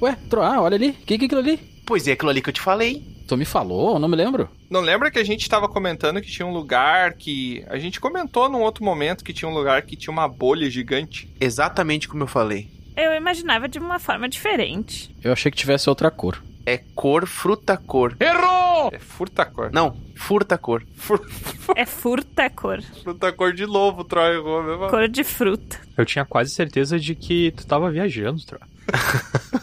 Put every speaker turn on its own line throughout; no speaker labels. Ué, tro... ah, olha ali. O que, que é aquilo ali?
Pois é, aquilo ali que eu te falei.
Tu me falou, eu não me lembro.
Não lembra que a gente estava comentando que tinha um lugar que. A gente comentou num outro momento que tinha um lugar que tinha uma bolha gigante.
Exatamente como eu falei.
Eu imaginava de uma forma diferente.
Eu achei que tivesse outra cor.
É cor, fruta, cor.
Errou! É furtacor.
Não, furta cor.
Fur-
É furta a cor.
Furtacor de novo, Troy errou mesmo.
Cor de fruta.
Eu tinha quase certeza de que tu tava viajando, Tro.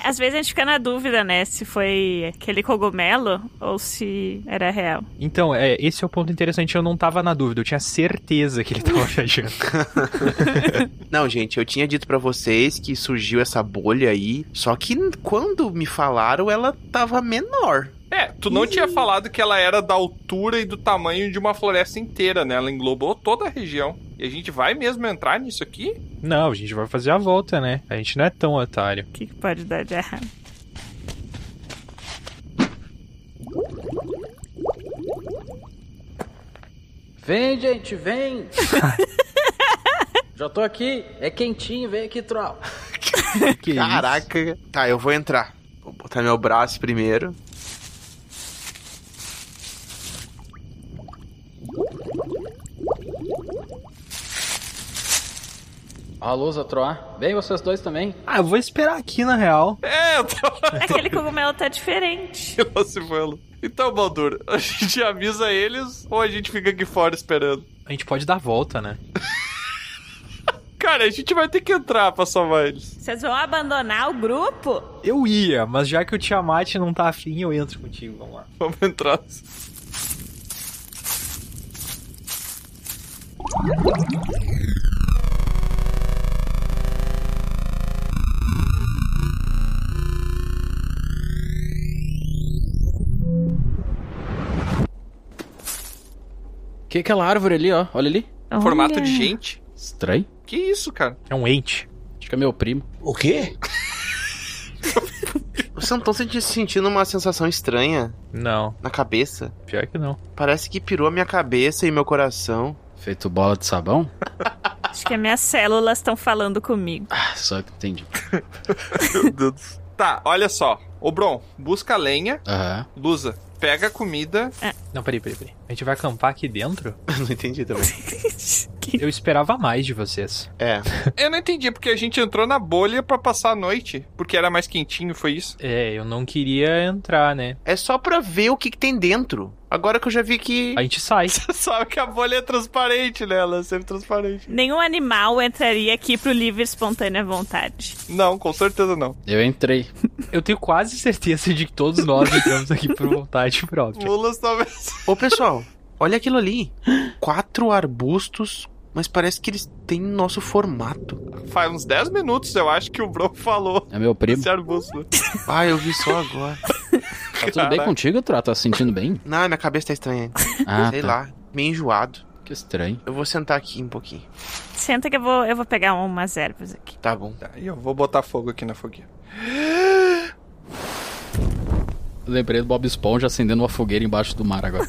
Às vezes a gente fica na dúvida, né? Se foi aquele cogumelo ou se era real.
Então, é, esse é o ponto interessante. Eu não tava na dúvida, eu tinha certeza que ele tava viajando.
Não, gente, eu tinha dito pra vocês que surgiu essa bolha aí, só que quando me falaram ela tava menor.
É, tu não tinha falado que ela era da altura e do tamanho de uma floresta inteira, né? Ela englobou toda a região. E a gente vai mesmo entrar nisso aqui?
não, a gente vai fazer a volta, né? A gente não é tão otário.
O que, que pode dar de errado?
Vem, gente, vem! Já tô aqui, é quentinho, vem aqui, Troll.
Que
Caraca. Tá, eu vou entrar. Vou botar meu braço primeiro.
Alô, Zatroar. ah. Vem vocês dois também.
Ah, eu vou esperar aqui na real.
É, eu tô
Aquele cogumelo tá diferente.
vacilando. Então, Baldur, a gente avisa eles ou a gente fica aqui fora esperando?
A gente pode dar a volta, né?
Cara, a gente vai ter que entrar pra salvar eles.
Vocês vão abandonar o grupo?
Eu ia, mas já que o Tiamat não tá afim, eu entro contigo. Vamos lá.
Vamos entrar.
Que aquela árvore ali, ó. Olha ali.
É um Formato
Olha.
de gente?
Estranho.
Que isso, cara?
É um ente.
Acho que é meu primo.
O quê?
Vocês não estão senti- sentindo uma sensação estranha
Não,
na cabeça?
pior que não.
Parece que pirou a minha cabeça e meu coração.
Feito bola de sabão?
Acho que as minhas células estão falando comigo.
Ah, só que entendi.
Meu Deus. tá, olha só. Ô, Bron, busca lenha,
Aham.
Lusa, pega comida.
Não, peraí, peraí, peraí. A gente vai acampar aqui dentro?
não entendi também.
Eu esperava mais de vocês.
É.
Eu não entendi, porque a gente entrou na bolha pra passar a noite, porque era mais quentinho, foi isso?
É, eu não queria entrar, né?
É só pra ver o que, que tem dentro. Agora que eu já vi que.
A gente sai.
Você sabe que a bolha é transparente, né? Ela é sempre transparente.
Nenhum animal entraria aqui pro livre e espontânea vontade.
Não, com certeza não.
Eu entrei.
Eu tenho quase certeza de que todos nós entramos aqui por vontade própria.
Lulas talvez.
Ô, pessoal, olha aquilo ali. Quatro arbustos, mas parece que eles têm nosso formato.
Faz uns 10 minutos, eu acho, que o Bron falou
É meu primo.
desse arbusto.
Ah, eu vi só agora.
Tá
é
tudo bem contigo, Troll? Tá se sentindo bem?
Não, minha cabeça tá estranha.
Ah,
Sei
tá.
lá, meio enjoado.
Que estranho.
Eu vou sentar aqui um pouquinho.
Senta que eu vou, eu vou pegar umas ervas aqui.
Tá bom.
Tá, e eu vou botar fogo aqui na fogueira.
Lembrei do Bob Esponja acendendo uma fogueira embaixo do mar agora.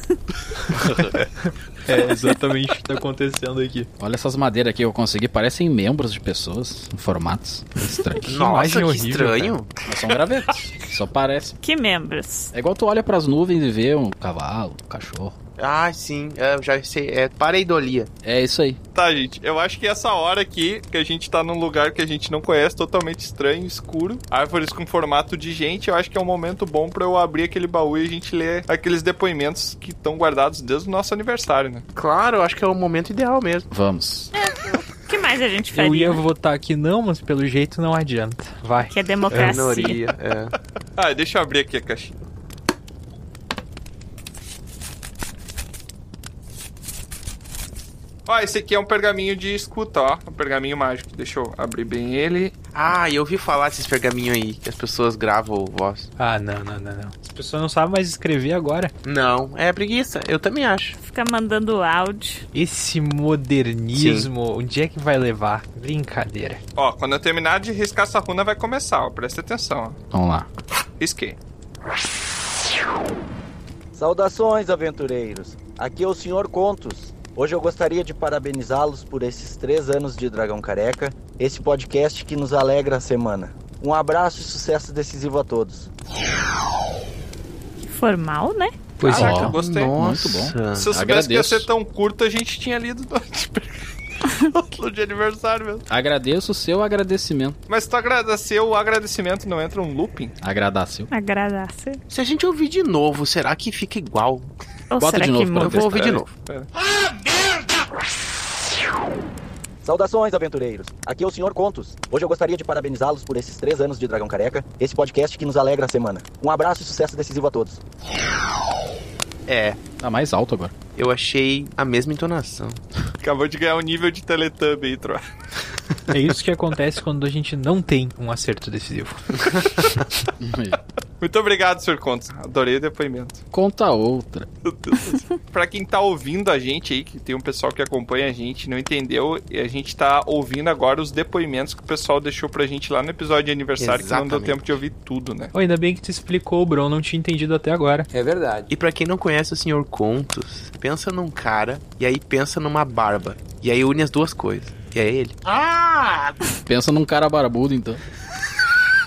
É exatamente o que tá acontecendo aqui.
Olha essas madeiras aqui que eu consegui. Parecem membros de pessoas. Formatos.
É
Estranho.
Nossa,
imagem
que
horrível,
estranho.
Mas são gravetos. Só parece.
Que membros?
É igual tu olha pras nuvens e vê um cavalo, um cachorro.
Ah, sim, é, eu já sei. É pareidolia.
É isso aí.
Tá, gente, eu acho que essa hora aqui, que a gente tá num lugar que a gente não conhece, totalmente estranho, escuro, árvores com formato de gente, eu acho que é um momento bom pra eu abrir aquele baú e a gente ler aqueles depoimentos que estão guardados desde o nosso aniversário, né?
Claro, eu acho que é o momento ideal mesmo.
Vamos.
O que mais a gente
Eu
faria?
ia votar aqui não, mas pelo jeito não adianta. Vai.
Que é democracia.
Minoria, é.
Ah, deixa eu abrir aqui a caixinha. Ó, esse aqui é um pergaminho de escuta, ó. Um pergaminho mágico. Deixa eu abrir bem ele.
Ah, eu ouvi falar desses pergaminhos aí, que as pessoas gravam voz.
Ah, não, não, não, não. As pessoas não sabem mais escrever agora.
Não, é preguiça, eu também acho.
Fica mandando áudio.
Esse modernismo, onde é que vai levar? Brincadeira.
Ó, quando eu terminar de riscar essa runa, vai começar, ó. Presta atenção, ó.
Vamos lá.
Risquei.
Saudações, aventureiros. Aqui é o Sr. Contos. Hoje eu gostaria de parabenizá-los por esses três anos de Dragão Careca, esse podcast que nos alegra a semana. Um abraço e sucesso decisivo a todos.
Formal, né?
Pois
Caraca,
é.
eu gostei.
Nossa.
Muito
Se eu soubesse que ia
Agradeço.
ser tão curto, a gente tinha lido do de aniversário mesmo.
Agradeço o seu agradecimento.
Mas tu agradeceu o agradecimento, não entra um looping?
Agradasse.
Agradar-se.
Se a gente ouvir de novo, será que fica igual?
Ou
Bota
será
de
que
novo pra
Eu
muda?
vou ouvir de
Pera aí,
novo.
pera.
Saudações, aventureiros! Aqui é o Sr. Contos. Hoje eu gostaria de parabenizá-los por esses três anos de Dragão Careca, esse podcast que nos alegra a semana. Um abraço e sucesso decisivo a todos.
É,
Tá mais alto agora.
eu achei a mesma entonação.
Acabou de ganhar um nível de Teletubb aí, Troa.
É isso que acontece quando a gente não tem um acerto decisivo.
Muito obrigado, Sr. Contos. Adorei o depoimento.
Conta outra.
Pra quem tá ouvindo a gente aí, que tem um pessoal que acompanha a gente, não entendeu, e a gente tá ouvindo agora os depoimentos que o pessoal deixou pra gente lá no episódio de aniversário, que não deu
Exatamente.
tempo de ouvir tudo, né?
Oh, ainda bem que tu explicou, Bron, não tinha entendido até agora.
É verdade.
E pra quem não conhece o Sr. Contos, pensa num cara e aí pensa numa barba. E aí une as duas coisas. E é ele.
Pensa num cara barbudo, então.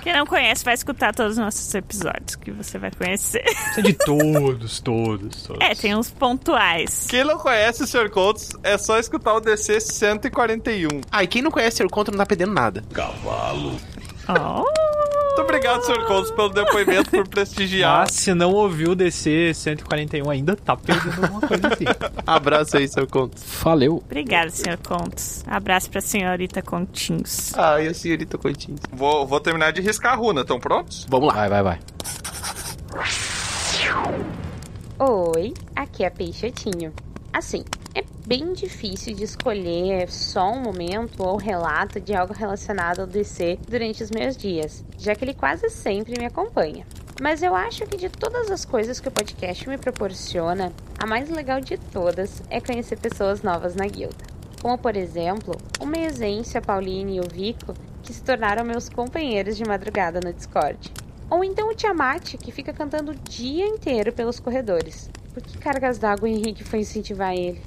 Quem não conhece vai escutar todos os nossos episódios, que você vai conhecer.
Isso é de todos, todos, todos.
É, tem uns pontuais.
Quem não conhece o Sr. Contos, é só escutar o DC 141. Muito
Ah, e quem não conhece o Sr. Contos não tá perdendo nada.
Oh,
obrigado, Sr. Contos, pelo depoimento, por prestigiar.
Mas se não ouviu o DC 141 ainda, tá perdendo alguma coisa assim.
Abraço aí, Sr. Contos.
Valeu.
obrigada, senhor Contos. Abraço pra senhorita Continhos.
Ah, e o senhorita Continhos.
Vou, vou terminar de riscar a runa, estão prontos?
Vamos lá.
Vai, vai, vai.
Oi, aqui é a Peixotinho. Assim, é bem difícil de escolher só um momento ou relato de algo relacionado ao DC durante os meus dias, já que ele quase sempre me acompanha. Mas eu acho que de todas as coisas que o podcast me proporciona, a mais legal de todas é conhecer pessoas novas na guilda. Como, por exemplo, o Meiosense, a Pauline e o Vico, que se tornaram meus companheiros de madrugada no Discord. Ou então o Tiamat, que fica cantando o dia inteiro pelos corredores. Por que cargas d'água o Henrique foi incentivar ele?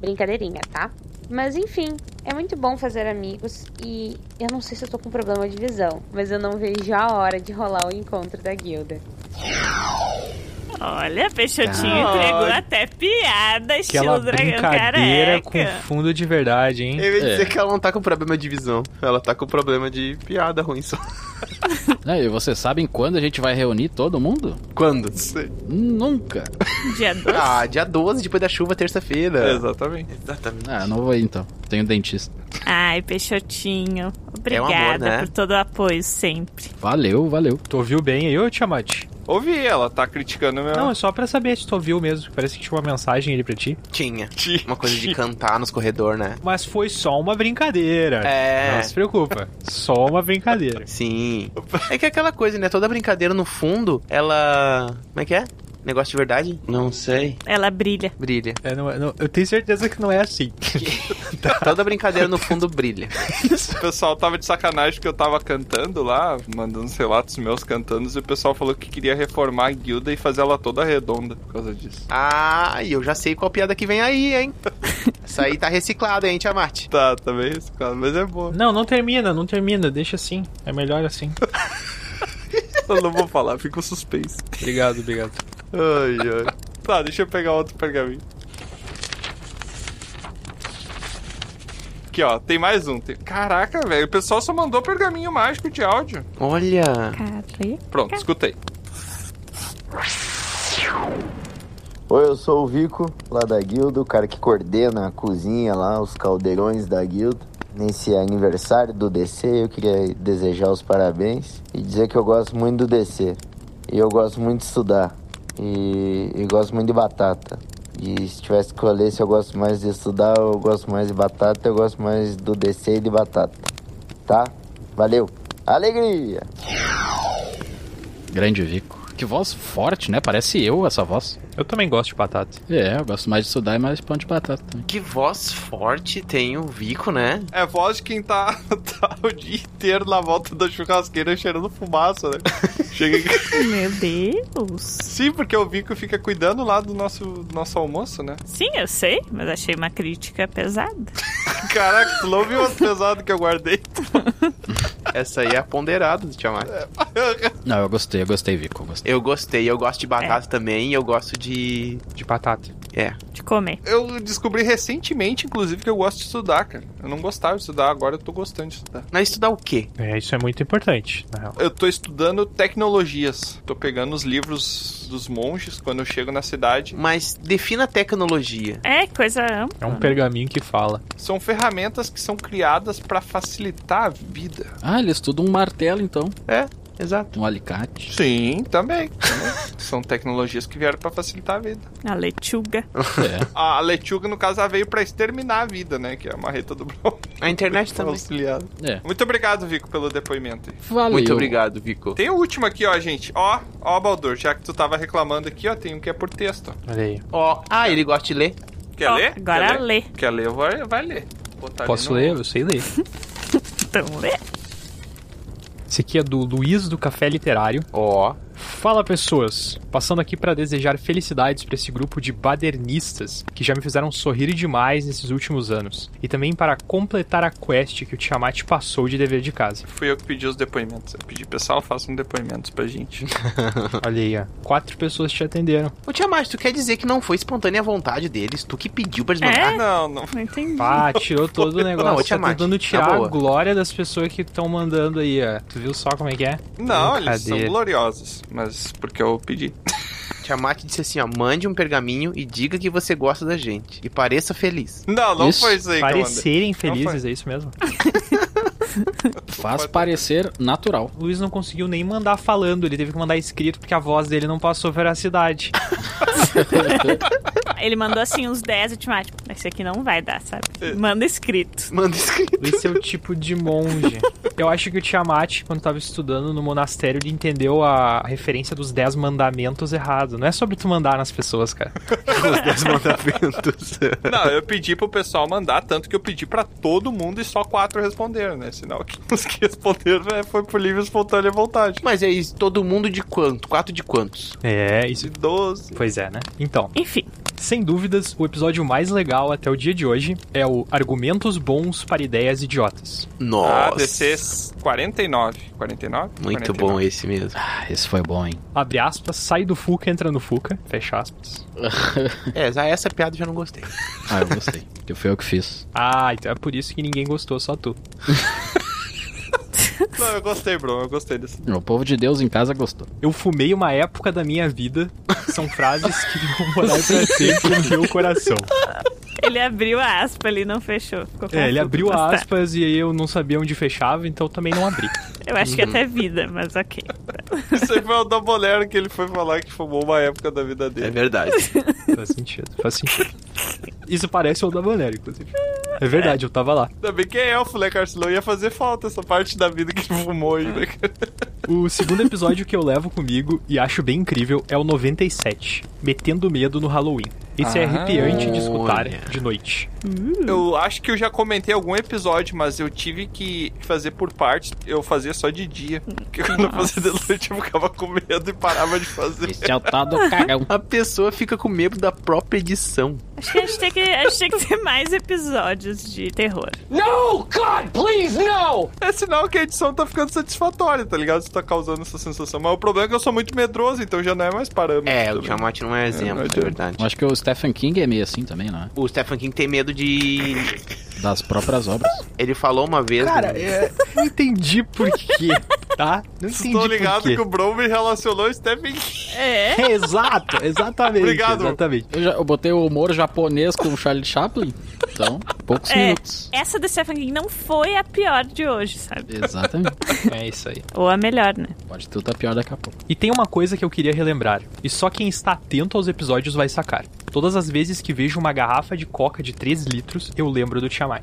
Brincadeirinha, tá? Mas enfim, é muito bom fazer amigos e eu não sei se eu tô com problema de visão, mas eu não vejo a hora de rolar o encontro da guilda.
Olha, Peixotinho entregou até piada, estilo
Aquela
dragão
brincadeira com
careca.
fundo de verdade, hein?
Eu ia
É.
dizer que ela não tá com problema de visão. Ela tá com problema de piada ruim só.
É, e vocês sabem quando a gente vai reunir todo mundo?
Quando?
Nunca.
Dia 12.
Ah, dia 12, depois da chuva,
É.
terça-feira.
Exatamente.
Exatamente.
Ah, não vou ir então. Tenho dentista.
Ai, Peixotinho. Obrigada
né?
por todo o apoio sempre.
Valeu, valeu.
Tu ouviu bem aí, ô Tiamat?
Ouvi, ela tá criticando meu.
Não, é só pra saber se tu ouviu mesmo. Parece que tinha uma mensagem ali pra ti.
Tinha.
Tinha.
Uma coisa de cantar nos corredores, né?
Mas foi só uma brincadeira.
É.
Não se preocupa. Só uma brincadeira.
Sim. É que é aquela coisa, né? Toda brincadeira no fundo, ela. Como é que é? Negócio de verdade? Não sei.
Ela brilha.
Brilha.
É, não- não- eu tenho certeza que não é assim.
Toda brincadeira no fundo brilha.
O pessoal tava de sacanagem que eu tava cantando lá, mandando os relatos meus cantando, e o pessoal falou que queria reformar a guilda e fazer ela toda redonda por causa disso.
Ah, e eu já sei qual piada que vem aí, hein? Isso aí tá reciclado, hein, Tiamat?
Tá, tá bem riscado, mas é boa.
Não, não termina, não termina. Deixa assim. É melhor assim.
Eu não vou falar, fica o suspense.
Obrigado, obrigado.
Ai, ai.
Tá, deixa eu pegar outro pergaminho. Aqui, ó, tem mais um. Tem- Caraca, velho, o pessoal só mandou pergaminho mágico de áudio.
Olha.
Caraca.
Pronto, escutei.
Oi, eu sou o Vico, lá da guilda, o cara que coordena a cozinha lá, os caldeirões da guilda. Nesse aniversário do DC, eu queria desejar os parabéns e dizer que eu gosto muito do DC. E eu gosto muito de estudar. E, e gosto muito de batata. E se tivesse que escolher se eu gosto mais de estudar, eu gosto mais de batata, eu gosto mais do DC e de batata. Tá? Valeu! Alegria!
Grande Vico. Que voz forte, né? Parece eu essa voz.
Eu também gosto de batata.
É, eu gosto mais de estudar e mais de pão de batata também.
Que voz forte tem o Vico, né?
É voz de quem tá, tá o dia inteiro na volta da churrasqueira cheirando fumaça, né? Chega em
Meu Deus.
Sim, porque o Vico fica cuidando lá do nosso, nosso almoço, né?
Sim, eu sei, mas achei uma crítica pesada.
Caraca, tu não viu as pesadas que eu guardei?
Essa aí é a ponderada do Tiamat.
Não, eu gostei, eu gostei, Vico. eu gostei.
Eu gostei, eu gosto de batata também, eu gosto de.
De batata.
de comer.
Eu descobri recentemente, inclusive, que eu gosto de estudar, cara. Eu não gostava de estudar, agora eu tô gostando de estudar.
Mas estudar o quê?
É, isso é muito importante, na real.
Eu tô estudando tecnologias. Tô pegando os livros dos monges quando eu chego na cidade.
Mas defina a tecnologia.
É, coisa ampla.
É um pergaminho que fala.
São ferramentas que são criadas pra facilitar a vida.
Ah, ele estuda um martelo, então.
É, Exato.
Um alicate.
Sim, também. também. são tecnologias que vieram pra facilitar a vida.
A lechuga.
É.
A lechuga, no caso, ela veio pra exterminar a vida, né? Que é a marreta do Brown.
A internet também.
Auxiliado.
É.
Muito obrigado, Vico, pelo depoimento aí.
Valeu.
Muito obrigado, Vico.
Tem o último aqui, ó, gente. Ó, ó, Baldur, já que tu tava reclamando aqui, ó, tem um que é por texto. ó.
Olha aí.
Ó, ah, ele gosta de ler?
Quer
Ó,
ler?
Agora
Quer ler?
lê.
Quer ler, vai, vai ler. Vou botar ali
Posso
no-
ler? Eu sei ler.
Então lê.
Esse aqui é do Luiz do Café Literário.
Ó.
Fala pessoas, passando aqui para desejar felicidades para esse grupo de badernistas que já me fizeram sorrir demais nesses últimos anos e também para completar a quest que o Tiamat passou de dever de casa.
Fui eu que pedi os depoimentos. Eu pedi, pessoal, façam depoimentos pra gente.
Olha aí, ó. quatro pessoas te atenderam.
Ô, Tiamat, tu quer dizer que não foi espontânea vontade deles? Tu que pediu pra eles mandar?
É?
Não, não.
Não entendi.
Pá, tirou todo o negócio.
Não, ô,
tá
Tiamat,
tentando tirar
na
a
boa.
glória das pessoas que estão mandando aí, ó. Tu viu só como é que é?
Não, eles são
Brincadeira.
gloriosos. Mas porque eu pedi.
Tiamat disse assim, ó, mande um pergaminho e diga que você gosta da gente. E pareça feliz.
Não, não
Isso
foi isso aí que eu mandei.
Parecerem
foi.
felizes, é isso mesmo?
Faz parecer natural.
O Luiz não conseguiu nem mandar falando, ele teve que mandar escrito porque a voz dele não passou veracidade.
Ele mandou assim uns 10 ultimatos. Esse aqui não vai dar, sabe? Manda escrito.
Manda escrito.
Esse é o tipo de monge. Eu acho que o Tiamat, quando tava estudando no monastério, ele entendeu a referência dos dez mandamentos errado. Não é sobre tu mandar nas pessoas, cara.
Os dez mandamentos.
Não, eu pedi pro pessoal mandar, tanto que eu pedi pra todo mundo e só quatro responderam, né? Sinal que os que responderam né, foi por livre e espontânea vontade.
Mas é isso, todo mundo de quanto? Quatro de quantos?
É,
De
isso.
12.
Pois é, né? Então,
Enfim,
sem dúvidas, o episódio mais legal até o dia de hoje é o Argumentos Bons para Ideias Idiotas.
Nossa.
ADCs 49. 49?
Muito
49.
bom esse mesmo.
Ah, esse foi bom, hein?
Abre aspas, sai do Fuca, entra no Fuca. Fecha aspas.
É, já essa piada eu já não gostei.
Ah, eu gostei. que foi eu que fiz.
Ah, então é por isso que ninguém gostou, só tu.
Não, eu gostei, bro. Eu gostei desse.
O povo de Deus em casa gostou.
Eu fumei uma época da minha vida. São frases que vão morar pra sempre no meu coração.
ele abriu a aspa ali, não fechou. Ficou
É, ele
confuso,
abriu
mas tá.
aspas e aí eu não sabia onde fechava, então eu também não abri.
Eu acho que até vida, mas ok.
Isso aí foi o da Bolero que ele foi falar que fumou uma época da vida
É
dele.
verdade.
faz sentido, faz sentido. Isso parece o da Banera, inclusive. É verdade, eu tava lá.
Ainda bem que é elfo, né, Carcelo? Ia fazer falta essa parte da vida que ele fumou ainda. cara.
O segundo episódio que eu levo comigo e acho bem incrível é o 97, Metendo Medo no Halloween. Esse é
Ah,
arrepiante de escutar
olha.
de noite.
Eu acho que eu já comentei algum episódio, mas eu tive que fazer por partes. Eu fazia só de dia. Porque quando eu fazia de noite, eu ficava com medo e parava de fazer.
Esse é o tal do cagão.
A pessoa fica com medo da própria edição.
Acho que a gente tem que, a gente tem que ter mais episódios de terror.
É sinal que a edição tá ficando satisfatória, tá ligado? Você tá causando essa sensação. Mas o problema é que eu sou muito medroso, então já não é mais parâmetro.
É, o
também.
Tiamat não é exemplo,
não
é,
adianta.
verdade.
Eu Acho que o Stephen King é meio assim também, não é?
O Stephen King tem medo de.
Das próprias obras.
Ele falou uma vez.
Cara,
né?
é, não entendi por quê, tá? Não entendi
Tô ligado
por quê.
que o Brom me relacionou Stephen King.
É.
É, exato, exatamente,
Obrigado.
exatamente.
Eu, já, eu botei o humor japonês com o Charlie Chaplin. Então, poucos
É.
minutos.
Essa do Stephen King não foi a pior de hoje, sabe?
Exatamente.
É isso aí.
Ou a melhor, né?
Pode tudo tá pior daqui a pouco.
E tem uma coisa que eu queria relembrar, e só quem está atento aos episódios vai sacar. Todas as vezes que vejo uma garrafa de coca de 3 litros, eu lembro do Tiamat.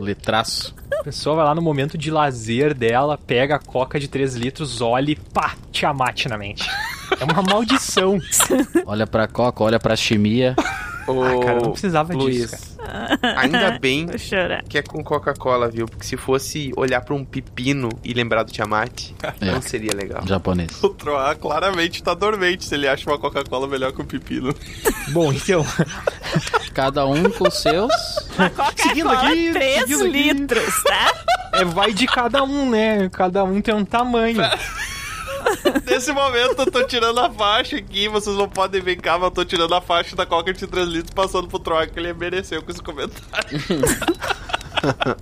Letraço.
A pessoa vai lá no momento de lazer dela, pega a coca de 3 litros, olha e pá, Tiamat na mente. É uma maldição.
Olha pra Coca, olha pra Chimia.
Ah, cara, não
Ô,
precisava
Luiz,
disso,
ainda bem
Vou chorar.
que é com Coca-Cola, viu? Porque se fosse olhar pra um pepino e lembrar do Tiamat, não seria legal.
Japonês.
O Troá claramente tá dormente se ele acha uma Coca-Cola melhor que o pepino.
cara. Bom, então.
Cada um com os seus.
Uma Coca-Cola,
aqui,
3
seguindo aqui.
litros, tá?
É, vai de cada um, né? Cada um tem um tamanho.
Nesse momento eu tô tirando a faixa aqui, vocês não podem ver cá, mas eu tô tirando a faixa da Coca de 3 litros passando pro Troá que ele mereceu com esse comentário.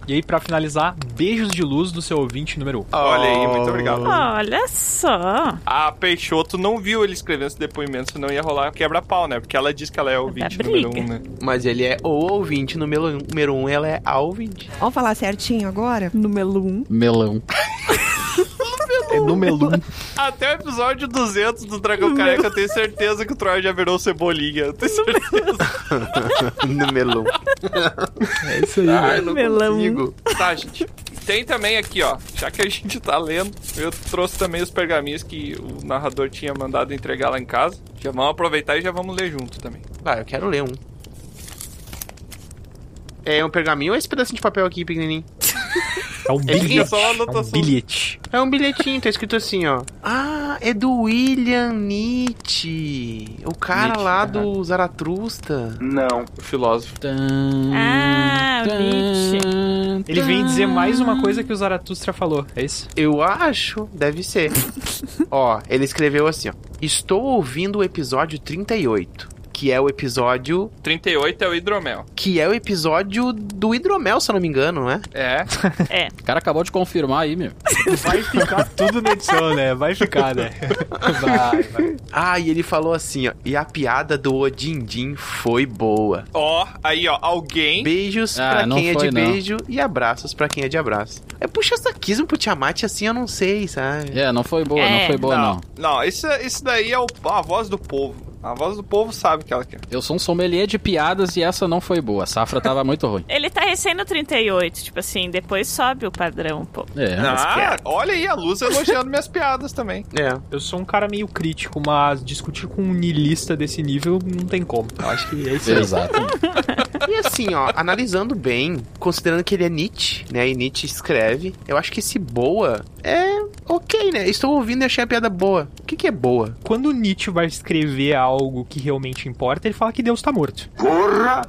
E aí, pra finalizar, beijos de luz do seu ouvinte número 1.
Olha aí,
Oh.
muito obrigado.
Olha só.
A Peixoto não viu ele escrevendo esse depoimento, senão ia rolar quebra-pau, né? Porque ela diz que ela é ouvinte
briga.
número 1, um, né?
Mas ele é o ouvinte número um, número um, ela é a ouvinte.
Vamos falar certinho agora?
Número 1.
Melão.
É no Melum.
Até o episódio 200 do Dragão Careca, eu tenho certeza que o Troá já virou cebolinha. Eu tenho certeza.
número um.
É isso aí.
Ah, eu não
Melão.
consigo.
tá, gente. Tem também aqui, ó. Já que a gente tá lendo, eu trouxe também os pergaminhos que o narrador tinha mandado entregar lá em casa. Já vamos aproveitar e já vamos ler junto também.
Ah, eu quero ler um. É um pergaminho ou esse pedacinho de papel aqui, pequenininho?
É um
É que é
bilhete.
só uma
É um
anotação.
bilhete.
É um bilhetinho, tá escrito assim, ó. Ah, é do William Nietzsche. O cara
Nietzsche,
tá
lá
caralho.
do Zaratrusta.
Não. O filósofo.
Ah, o Nietzsche.
Ele vem dizer mais uma coisa que o Zaratustra falou. É isso?
Eu acho, deve ser. ó, ele escreveu assim, ó. Estou ouvindo o episódio 38, que é o episódio
38 é o hidromel.
que é o episódio do hidromel, se eu não me engano, não é?
É.
O cara acabou de confirmar aí, meu.
Vai ficar tudo na edição, né? Vai ficar, né? Vai, vai.
Ah, e ele falou assim, ó. E a piada do Odindim foi boa.
Ó, aí, ó. Alguém.
Beijos
Ah,
pra
não
quem é
foi,
de
não.
beijo e abraços pra quem é de abraço. É puxa saquismo pro Tiamat assim, eu não sei, sabe?
É, não foi boa,
É,
não foi boa, não.
Não, isso, isso daí é o- a voz do povo. A voz do povo sabe o que ela quer.
Eu sou um sommelier de piadas e essa não foi boa. A safra tava muito ruim.
Ele tá recém no 38, tipo assim, depois sobe o padrão um pouco.
É.
Ah, olha aí, a luz elogiando minhas piadas também.
É.
Eu sou um cara meio crítico, mas discutir com um niilista desse nível não tem como. Eu acho que é isso aí.
Exato.
E assim, ó, analisando bem, considerando que ele é Nietzsche, né? E Nietzsche escreve, eu acho que esse boa é ok, né? Estou ouvindo e achei a piada boa. O que, que é boa?
Quando o Nietzsche vai escrever algo que realmente importa, ele fala que Deus tá morto.
Ah,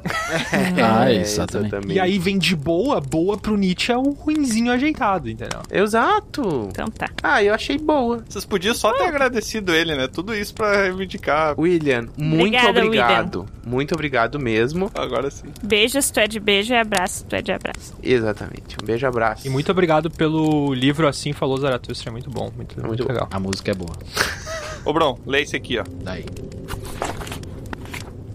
É,
exatamente.
E aí vem de boa, boa pro Nietzsche é um ruinzinho ajeitado, entendeu?
Exato!
Então tá.
Ah, eu achei boa.
Vocês podiam só
Ah.
ter agradecido ele, né? Tudo isso pra reivindicar.
William, muito
Obrigada,
obrigado. Muito obrigado mesmo.
Agora sim.
Beijos, tu é de beijo e abraço, tu é de abraço.
Exatamente. Um beijo e abraço.
E muito obrigado pelo livro Assim Falou Zaratustra, é muito bom, muito, muito,
bom.
legal.
A música é boa.
Ô, Bron, lê esse aqui, ó.
Daí.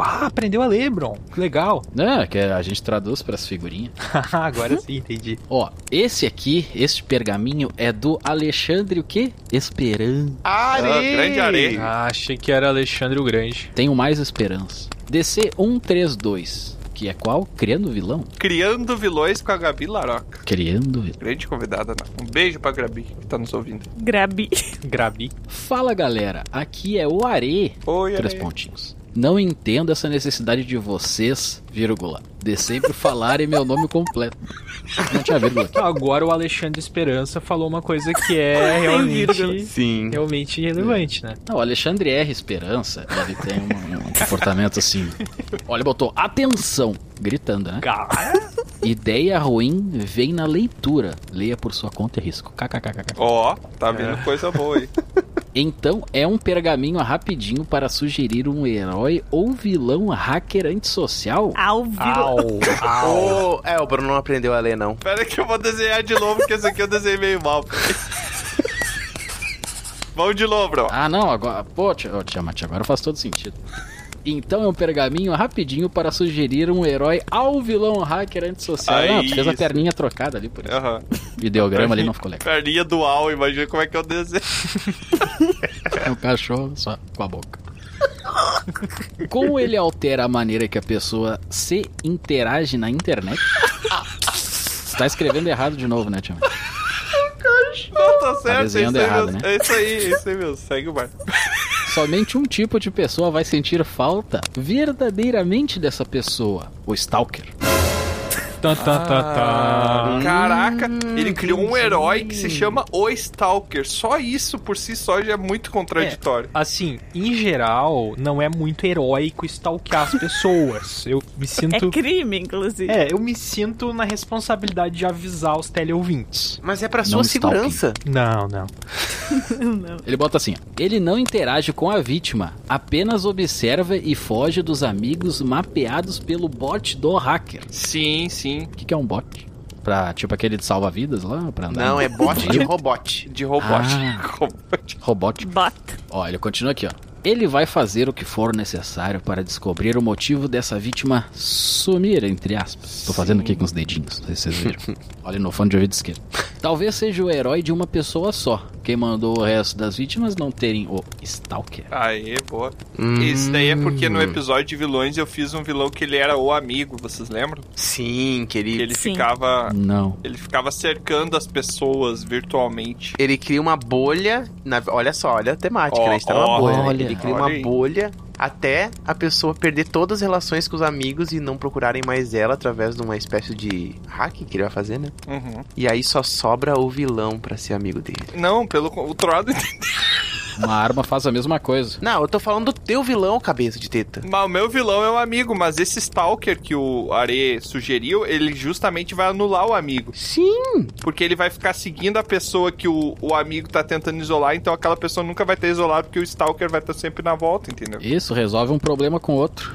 Ah, aprendeu a ler, Bron. Que legal.
É, que a gente traduz pras figurinhas.
Agora sim, entendi.
Ó, esse aqui, este pergaminho é do Alexandre o quê? Esperança.
Are!
Ah, grande areia.
Ah, achei que era Alexandre o Grande.
Tenho mais esperança. DC 132, que é qual? Criando vilão?
Criando vilões com a Gabi Laroca.
Criando vilão.
Grande convidada, né? Um beijo pra Gabi, que tá nos ouvindo.
Grabi.
Grabi.
Fala galera, aqui é o Are.
Oi,
Três
Areia.
pontinhos. Não entendo essa necessidade de vocês, vírgula, de sempre falarem meu nome completo. Não tinha vírgula aqui.
Então, Agora o Alexandre Esperança falou uma coisa que é realmente,
Sim.
realmente relevante, né?
Não, Tá, o Alexandre R. Esperança, ele tem um, um comportamento assim. Olha, botou atenção, gritando, né?
Cara,
Ideia ruim vem na leitura. Leia por sua conta e risco. KKKK.
Ó, tá vindo coisa boa aí.
Então é um pergaminho rapidinho para sugerir um herói ou vilão hacker antissocial?
Ao vivo.
Ô, é, o Bruno não aprendeu a ler, não.
Pera que eu vou desenhar de novo, porque esse aqui eu desenhei meio mal. Vamos de novo, Bron.
Ah, não, agora. Pô, Ti- ô, Tiamat, agora faz todo sentido. Então é um pergaminho rapidinho para sugerir um herói ao vilão hacker antissocial.
Aí, É.
Ah, tu fez a
isso.
perninha trocada ali por isso.
Aham.
Ideograma ali não ficou legal.
Perninha dual, imagina como é que eu desenho.
É um cachorro só com a boca. Como ele altera a maneira que a pessoa se interage na internet? Tá escrevendo errado de novo, né, Tiamat?
Não, tá certo, é
Tá desenhando
isso aí,
errado,
mesmo.
né?
É isso aí, é isso aí mesmo. Segue o bar.
somente um tipo de pessoa vai sentir falta verdadeiramente dessa pessoa: o Stalker.
Tan,
Tá,
tan, tan,
Hum.
tan.
Ah, Caraca, ele criou um herói que se chama O Stalker. Só isso por si só já é muito contraditório.
Assim, em geral, não é muito heróico stalkear as pessoas. Eu me
É
sinto.
crime, inclusive.
É, eu me sinto na responsabilidade de avisar os teleouvintes.
Mas é pra
Não
sua
stalking.
segurança.
Não, não.
Ele bota assim: ó, ele não interage com a vítima, apenas observa e foge dos amigos mapeados pelo bot do hacker.
Sim, sim.
O que, que é um bot? Pra, tipo aquele de salva-vidas lá? Pra andar Tipo,
Não,
no-
é bot de robot.
De robô.
É.
Robótico.
Bot.
Ó, ele continua aqui, ó. Ele vai fazer o que for necessário para descobrir o motivo dessa vítima sumir, entre aspas. Tô fazendo aqui com os dedinhos, não sei se vocês viram. Olha no fone de ouvido esquerdo. Talvez seja o herói de uma pessoa só. Quem mandou o resto das vítimas não terem o Stalker.
Aê, boa.
Hum.
Esse daí é porque no episódio de vilões eu fiz um vilão que ele era o amigo, vocês lembram?
Sim,
Que
querido. Ele...
ele
Sim.
Ah.
ficava.
Não.
Ele ficava cercando as pessoas virtualmente.
cria uma bolha. na- Olha só, olha a temática,
Ó,
né? A gente tá numa
ó,
bolha. né?
olha,
Ele cria
olha
uma
aí.
bolha até a pessoa perder todas as relações com os amigos e não procurarem mais ela através de uma espécie de hack que ele vai fazer, né?
Uhum.
E aí só sobra o vilão pra ser amigo dele.
Não, pelo con- o Troado.
Uma arma faz a mesma coisa.
Não, eu tô falando do teu vilão, cabeça de teta.
Mas o meu vilão é um amigo, mas esse Stalker que o Are sugeriu, ele justamente vai anular o amigo.
Sim.
Porque ele vai ficar seguindo a pessoa que o, o amigo tá tentando isolar, então aquela pessoa nunca vai ter isolado, porque o Stalker vai estar sempre na volta, entendeu?
Isso resolve um problema com outro.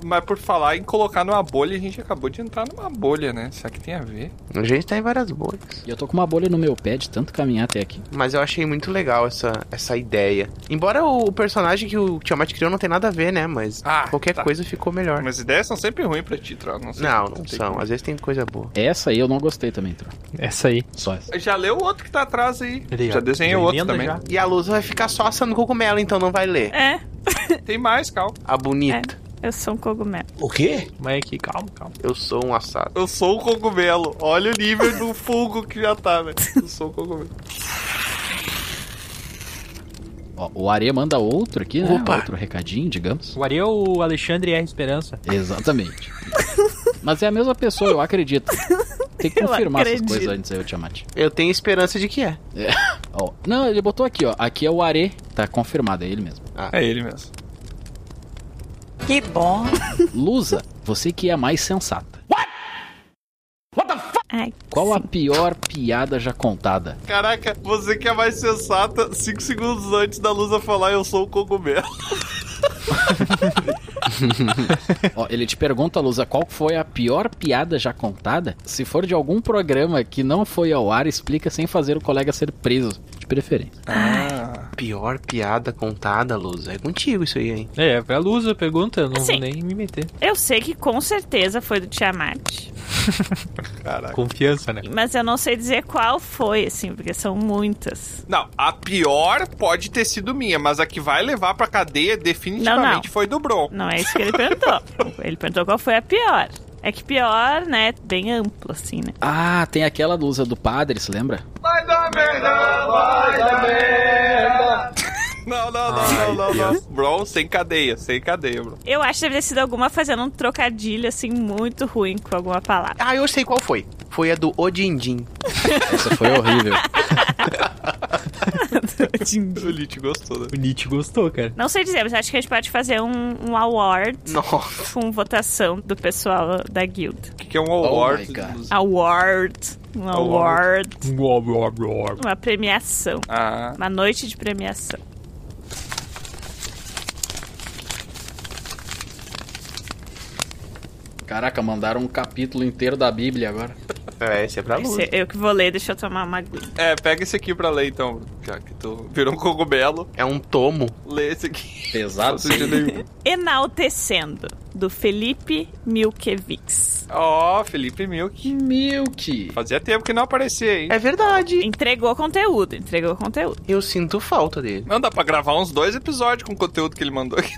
Mas por falar em colocar numa bolha, a gente acabou de entrar numa bolha, né? Será que tem a ver?
A gente tá em várias bolhas.
E eu tô com uma bolha no meu pé de tanto caminhar até aqui.
Mas eu achei muito legal essa, essa ideia. Embora o personagem que o Tiamat criou não tenha nada a ver, né? Mas
Ah,
qualquer
tá.
coisa ficou melhor.
Mas ideias são sempre ruins pra ti, Tro. Não, sei
Não,
se tu
não
tem
são.
como.
Às vezes tem coisa boa.
Essa aí eu não gostei também, Tro.
Essa aí.
Só essa.
Já leu o outro que tá atrás aí.
Ele,
já
ó,
desenhei
já
outro
emenda
também.
já.
E a Luz vai ficar só assando cogumelo, então não vai ler.
É,
Tem mais, calma.
A bonita.
eu sou um cogumelo.
Mas aqui, calma, calma.
Eu sou um assado.
Eu sou o cogumelo. Olha o nível do fungo que já tá, velho. Eu sou o cogumelo.
Ó, o Are manda outro aqui, né?
Opa.
Outro recadinho, digamos.
O Ariel, o Alexandre R. Esperança.
Exatamente. Mas é a mesma pessoa, eu acredito. Tem que
Eu
confirmar essas
acredito.
coisas antes aí, o Tiamat.
Eu tenho esperança de que é.
Ó, não, ele botou aqui, ó. Aqui é o Are. Tá confirmado, é ele mesmo.
É ele mesmo.
Que bom.
Lusa, você que é a mais sensata.
Ai,
Qual a pior piada já contada?
Caraca, você que é mais sensata, 5 segundos antes da Lusa falar, eu sou o cogumelo.
Ó, ele te pergunta, Lusa, qual foi a pior piada já contada? Se for de algum programa que não foi ao ar, explica sem fazer o colega ser preso. De preferência.
Ah.
Pior piada contada, Luz. É contigo isso aí, hein?
É, é pra Lusa, pergunta, eu não
Sim.
vou nem me meter.
Eu sei que com certeza foi do Tiamat.
Caraca.
Confiança, né?
Mas eu não sei dizer qual foi, assim, porque são muitas.
Não, a pior pode ter sido minha, mas a que vai levar pra cadeia definitivamente
Não, não.
foi do Bron.
Não é isso que ele perguntou. ele perguntou qual foi a pior. É que pior, né? Bem amplo, assim, né?
Ah, tem aquela Lusa do padre, se lembra?
Não, não, não, não, não, não. Bron sem cadeia, sem cadeia, Bron.
Eu acho que deve ter sido alguma fazendo um trocadilho, assim, muito ruim com alguma palavra.
Ah, eu sei qual foi. Foi a do Odindim.
Essa foi horrível.
O Lich gostou, né?
O Nietzsche gostou, cara.
Não sei dizer, mas acho que a gente pode fazer um, um award
Nossa.
com votação do pessoal da guild.
O que que é um
Oh my
award?
God.
dos-
Award. Um award.
Uau, uau, uau.
Uma premiação.
Ah,
Uma noite de premiação.
Caraca, mandaram um capítulo inteiro da Bíblia agora.
É, esse é pra Luz.
Esse é eu que vou ler, deixa eu tomar uma aguinha.
é, pega esse aqui pra ler então, Bron, já que tu virou um cogumelo,
É um tomo.
lê esse aqui.
Pesado.
Não é sentido nenhum.
Enaltecendo, do Felipe Milkevix.
Ó, Felipe Milk.
Milk.
Fazia tempo que não aparecia, hein?
É verdade.
Entregou conteúdo, entregou conteúdo.
Eu sinto falta dele.
Não, dá pra gravar uns dois episódios com o conteúdo que ele mandou aqui.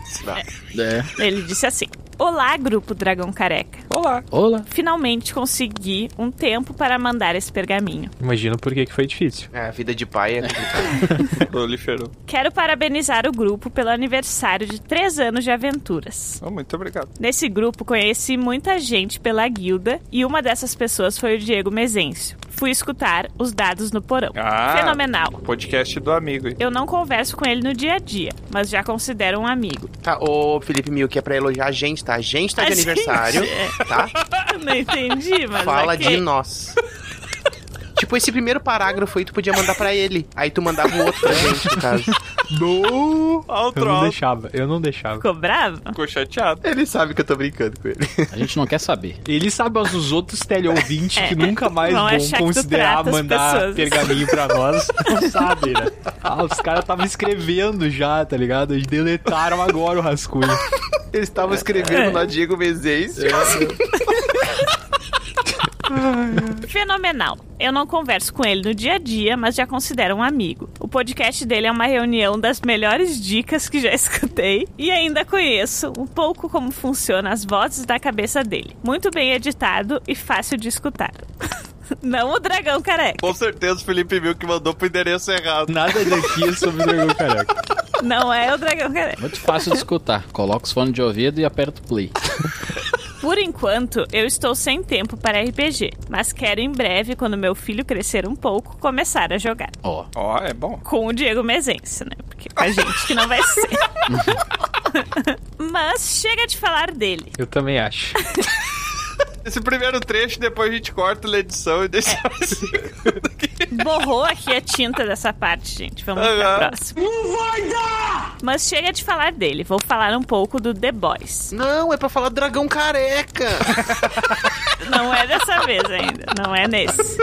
É.
Ele disse assim: Olá, grupo Dragão Careca.
Olá.
Olá.
Finalmente consegui um tempo para mandar esse pergaminho.
Imagino por que que foi difícil.
É, a vida de pai é complicada.
Proliferou.
Quero parabenizar o grupo pelo aniversário de três anos de aventuras.
Oh, muito obrigado.
Nesse grupo conheci muita gente pela guilda e uma dessas pessoas foi o Diego Mezencio. Fui escutar os dados no porão.
Ah.
Fenomenal.
Podcast do amigo. aí.
Eu não converso com ele no dia a dia, mas já considero um amigo.
Tá, ô Felipe Mil, que é pra elogiar a gente, tá? A gente tá de
A gente- é.
aniversário, tá?
Não entendi, mas. é
Fala
ok.
de nós. Tipo, esse primeiro parágrafo aí tu podia mandar pra ele. Aí tu mandava o outro pra gente, no caso.
No
Eu
outro
não
alto.
deixava, eu não deixava.
Ficou bravo?
Ficou chateado.
Ele sabe que eu tô brincando com ele.
A gente não quer saber.
Ele sabe aos dos outros teleouvintes
É.
que nunca mais
vão
vão,
achar que tu
considerar
trata as
mandar
pessoas.
pergaminho pra nós. Não sabe, né? Ah, os caras estavam escrevendo já, tá ligado? Eles deletaram agora o rascunho.
Ele estava escrevendo lá Diego Bezes.
Fenomenal. Eu não converso com ele no dia a dia, mas já considero um amigo. O podcast dele é uma reunião das melhores dicas que já escutei e ainda conheço um pouco como funcionam as vozes da cabeça dele. Muito bem editado e fácil de escutar. Não o dragão careca.
Com certeza o Felipe Mil que mandou pro endereço errado.
Nada daqui é sobre o Dragão Careca.
Não é o dragão careca.
Muito fácil de escutar. Coloca os fones de ouvido e aperta o play.
Por enquanto, eu estou sem tempo para RPG, mas quero em breve, quando meu filho crescer um pouco, começar a jogar.
Ó,
Ó, é bom.
com o Diego Mezense, né? Porque com a gente que não vai ser. Mas chega de falar dele.
Eu também acho.
Esse primeiro trecho, depois a gente corta na edição e deixa
É.
assim.
Borrou aqui a tinta dessa parte, gente. Vamos pra
Aham.
próxima. Não vai dar! Mas chega de falar dele. Vou falar um pouco do The Boys.
Não, é pra falar dragão careca.
Não é dessa vez ainda. Não é nesse.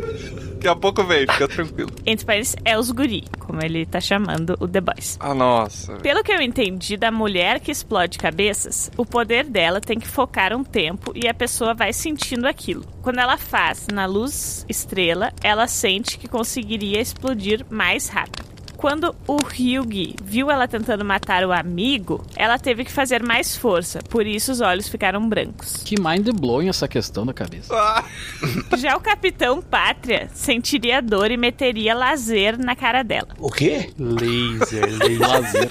Daqui a pouco vem, fica tranquilo.
Entre parênteses, é os guri, como ele tá chamando o The Boys.
Ah, nossa.
Pelo que eu entendi da mulher que explode cabeças, o poder dela tem que focar um tempo e a pessoa vai sentindo aquilo. Quando ela faz na luz estrela, ela sente que conseguiria explodir mais rápido. Quando o Ryugi viu ela tentando matar o amigo, ela teve que fazer mais força, por isso os olhos ficaram brancos.
que mind blowing essa questão da cabeça.
Ah,
Já o Capitão Pátria sentiria dor e meteria lazer na cara dela.
Laser, laser.
Lazer.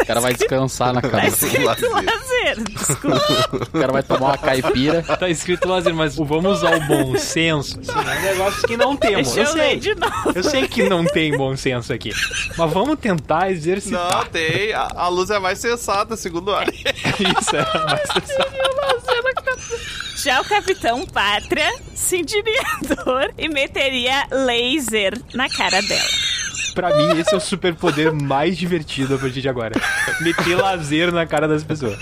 O cara vai descansar na cabeça.
Lazer, desculpa.
O cara vai tomar uma caipira.
Tá escrito laser, mas vamos ao bom senso. Assim, é um negócio que não temos.
Deixa
Eu
eu ler
sei.
de novo.
Eu sei que não tem bom senso aqui. Mas vamos tentar
não,
exercitar
tem. A, a luz é mais sensata, segundo a área.
isso. É mais
tá- Já o Capitão Pátria sentiria dor e meteria laser na cara dela.
Pra mim, esse é o superpoder mais divertido a partir de agora. Meter lazer na cara das pessoas.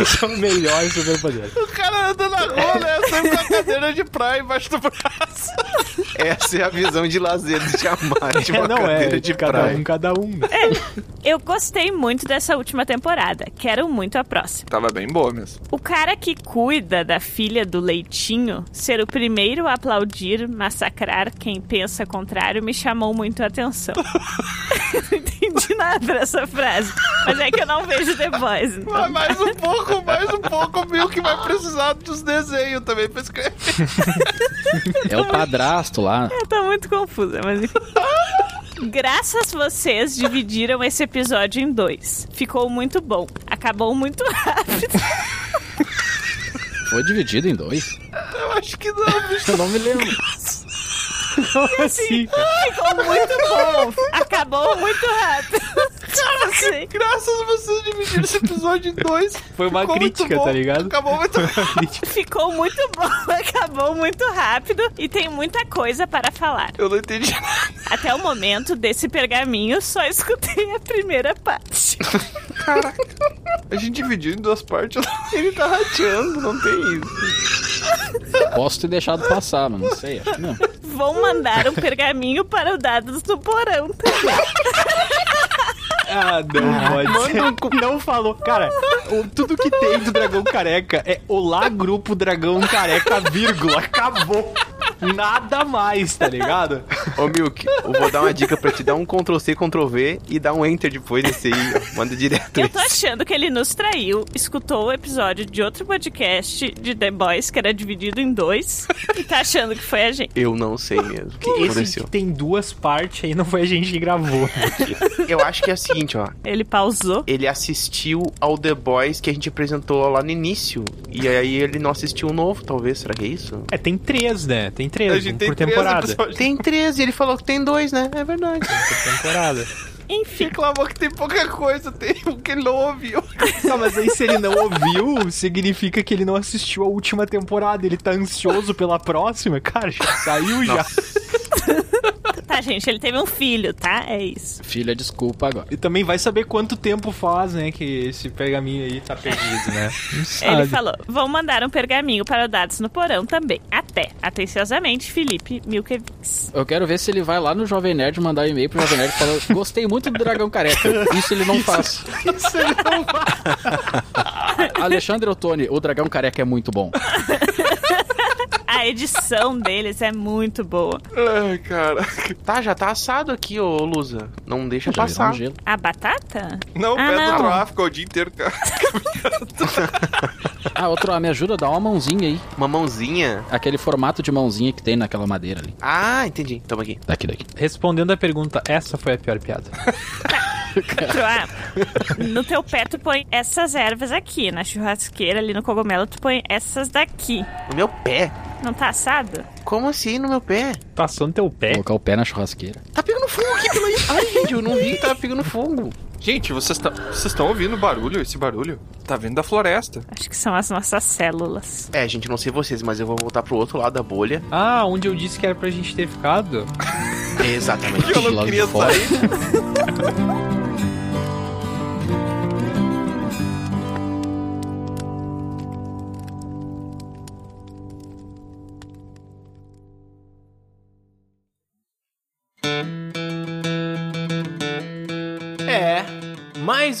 Esse é o melhor superpoder.
O cara anda na rua, né? Sempre com a cadeira de praia embaixo do braço.
Essa é a visão de lazer do Tiamat. Uma
É, não
cadeira
é,
de
cada
praia.
um, cada um. né?
Eu gostei muito dessa última temporada. Quero muito a próxima.
Tava bem boa mesmo.
O cara que cuida da filha do Leitinho ser o primeiro a aplaudir, massacrar quem pensa contrário me chamou muito a atenção. não entendi nada dessa frase, mas é que eu não vejo The Boys. então.
Mas mais um pouco, mais um pouco, o Milk vai precisar dos desenhos também pra escrever.
É o padrasto lá.
Eu tô muito confusa, mas enfim. Graças a vocês dividiram esse episódio em dois. Ficou muito bom. Acabou muito rápido.
Foi dividido em dois.
Eu acho que não, bicho.
Eu não me lembro.
Então, assim,
Ficou muito bom. Acabou muito rápido. Como assim?
Graças a vocês dividirem esse episódio em dois.
Foi uma
Ficou muito
crítica,
bom.
tá ligado?
Acabou muito
Ficou muito bom, acabou muito rápido e tem muita coisa para falar.
Eu não entendi.
Até o momento desse pergaminho, só escutei a primeira parte.
A gente dividiu em duas partes. Ele tá rateando, não tem isso.
Posso ter deixado passar, mas não sei. acho que Não.
Vão mandar um pergaminho para o Dados do Porão também.
ah, não pode ser. Não falou. Cara, o- tudo que tem do Dragão Careca é Olá Grupo Dragão Careca, vírgula. Acabou. Nada mais, tá ligado?
Ô, Milk, eu vou dar uma dica pra te dar um Ctrl-C, Ctrl-V e dar um Enter depois desse aí. Manda direto
Eu tô
isso.
achando que ele nos traiu, escutou o episódio de outro podcast de The Boys, que era dividido em dois, e tá achando que foi a gente.
Eu não sei mesmo o que
Esse
aconteceu.
que tem duas partes aí não foi a gente que gravou.
Eu acho que é o seguinte, ó.
Ele pausou.
Ele assistiu ao The Boys que a gente apresentou lá no início. E aí ele não assistiu o novo, talvez. Será que é isso?
É, tem três, né? Tem três
A
um
gente tem
por
três
temporada.
episódios.
Tem 13, ele falou que tem dois, né? É verdade.
Por temporada.
Enfim,
Reclamou que tem pouca coisa, tem o que ele ouviu.
Não, mas aí se ele não ouviu, significa que ele não assistiu a última temporada. Ele tá ansioso pela próxima. Cara, já saiu já.
tá, gente, ele teve um filho, tá? É isso.
Filha, desculpa agora.
E também vai saber quanto tempo faz, né? Que esse pergaminho aí tá perdido, né? Não
Ele
sabe.
falou: vou mandar um pergaminho para o Dados no Porão também. Até. Atenciosamente, Felipe Milkevix.
Eu quero ver se ele vai lá no Jovem Nerd mandar um e-mail pro Jovem Nerd falando: Gostei muito do Dragão Careca. Isso ele não faz.
Isso ele não vai.
Alexandre Ottoni, o Dragão Careca é muito bom.
A edição deles é muito boa.
Ai, cara.
Tá, já tá assado aqui, ô Lusa. Não deixa
Já virou
passar.
um gelo.
A batata?
Não, o
Ah,
pé
não.
do tráfico o dia inteiro, cara.
Ah, outro, ah, me ajuda, dá uma mãozinha aí.
Uma mãozinha.
Aquele formato de mãozinha que tem naquela madeira ali.
Ah, entendi. Tamo aqui.
Daqui, daqui.
Respondendo a pergunta, essa foi a pior piada.
Troá, no teu pé tu põe essas ervas aqui. Na churrasqueira, ali no cogumelo, tu põe essas daqui.
No meu pé?
Não tá assado?
Como assim no meu pé?
Passou Tá no teu pé.
Colocar o pé na churrasqueira.
Tá pegando fogo aqui pelo Ai, gente, eu não vi que tava pegando fogo.
Gente, vocês tá- vocês estão ouvindo o barulho? Esse barulho? Tá vindo da floresta.
Acho que são as nossas células.
É, gente, não sei vocês, mas eu vou voltar pro outro lado da bolha.
Ah, onde eu disse que era pra gente ter ficado?
Exatamente.
Eu não
Lado de
queria
fora.
sair.
É, mais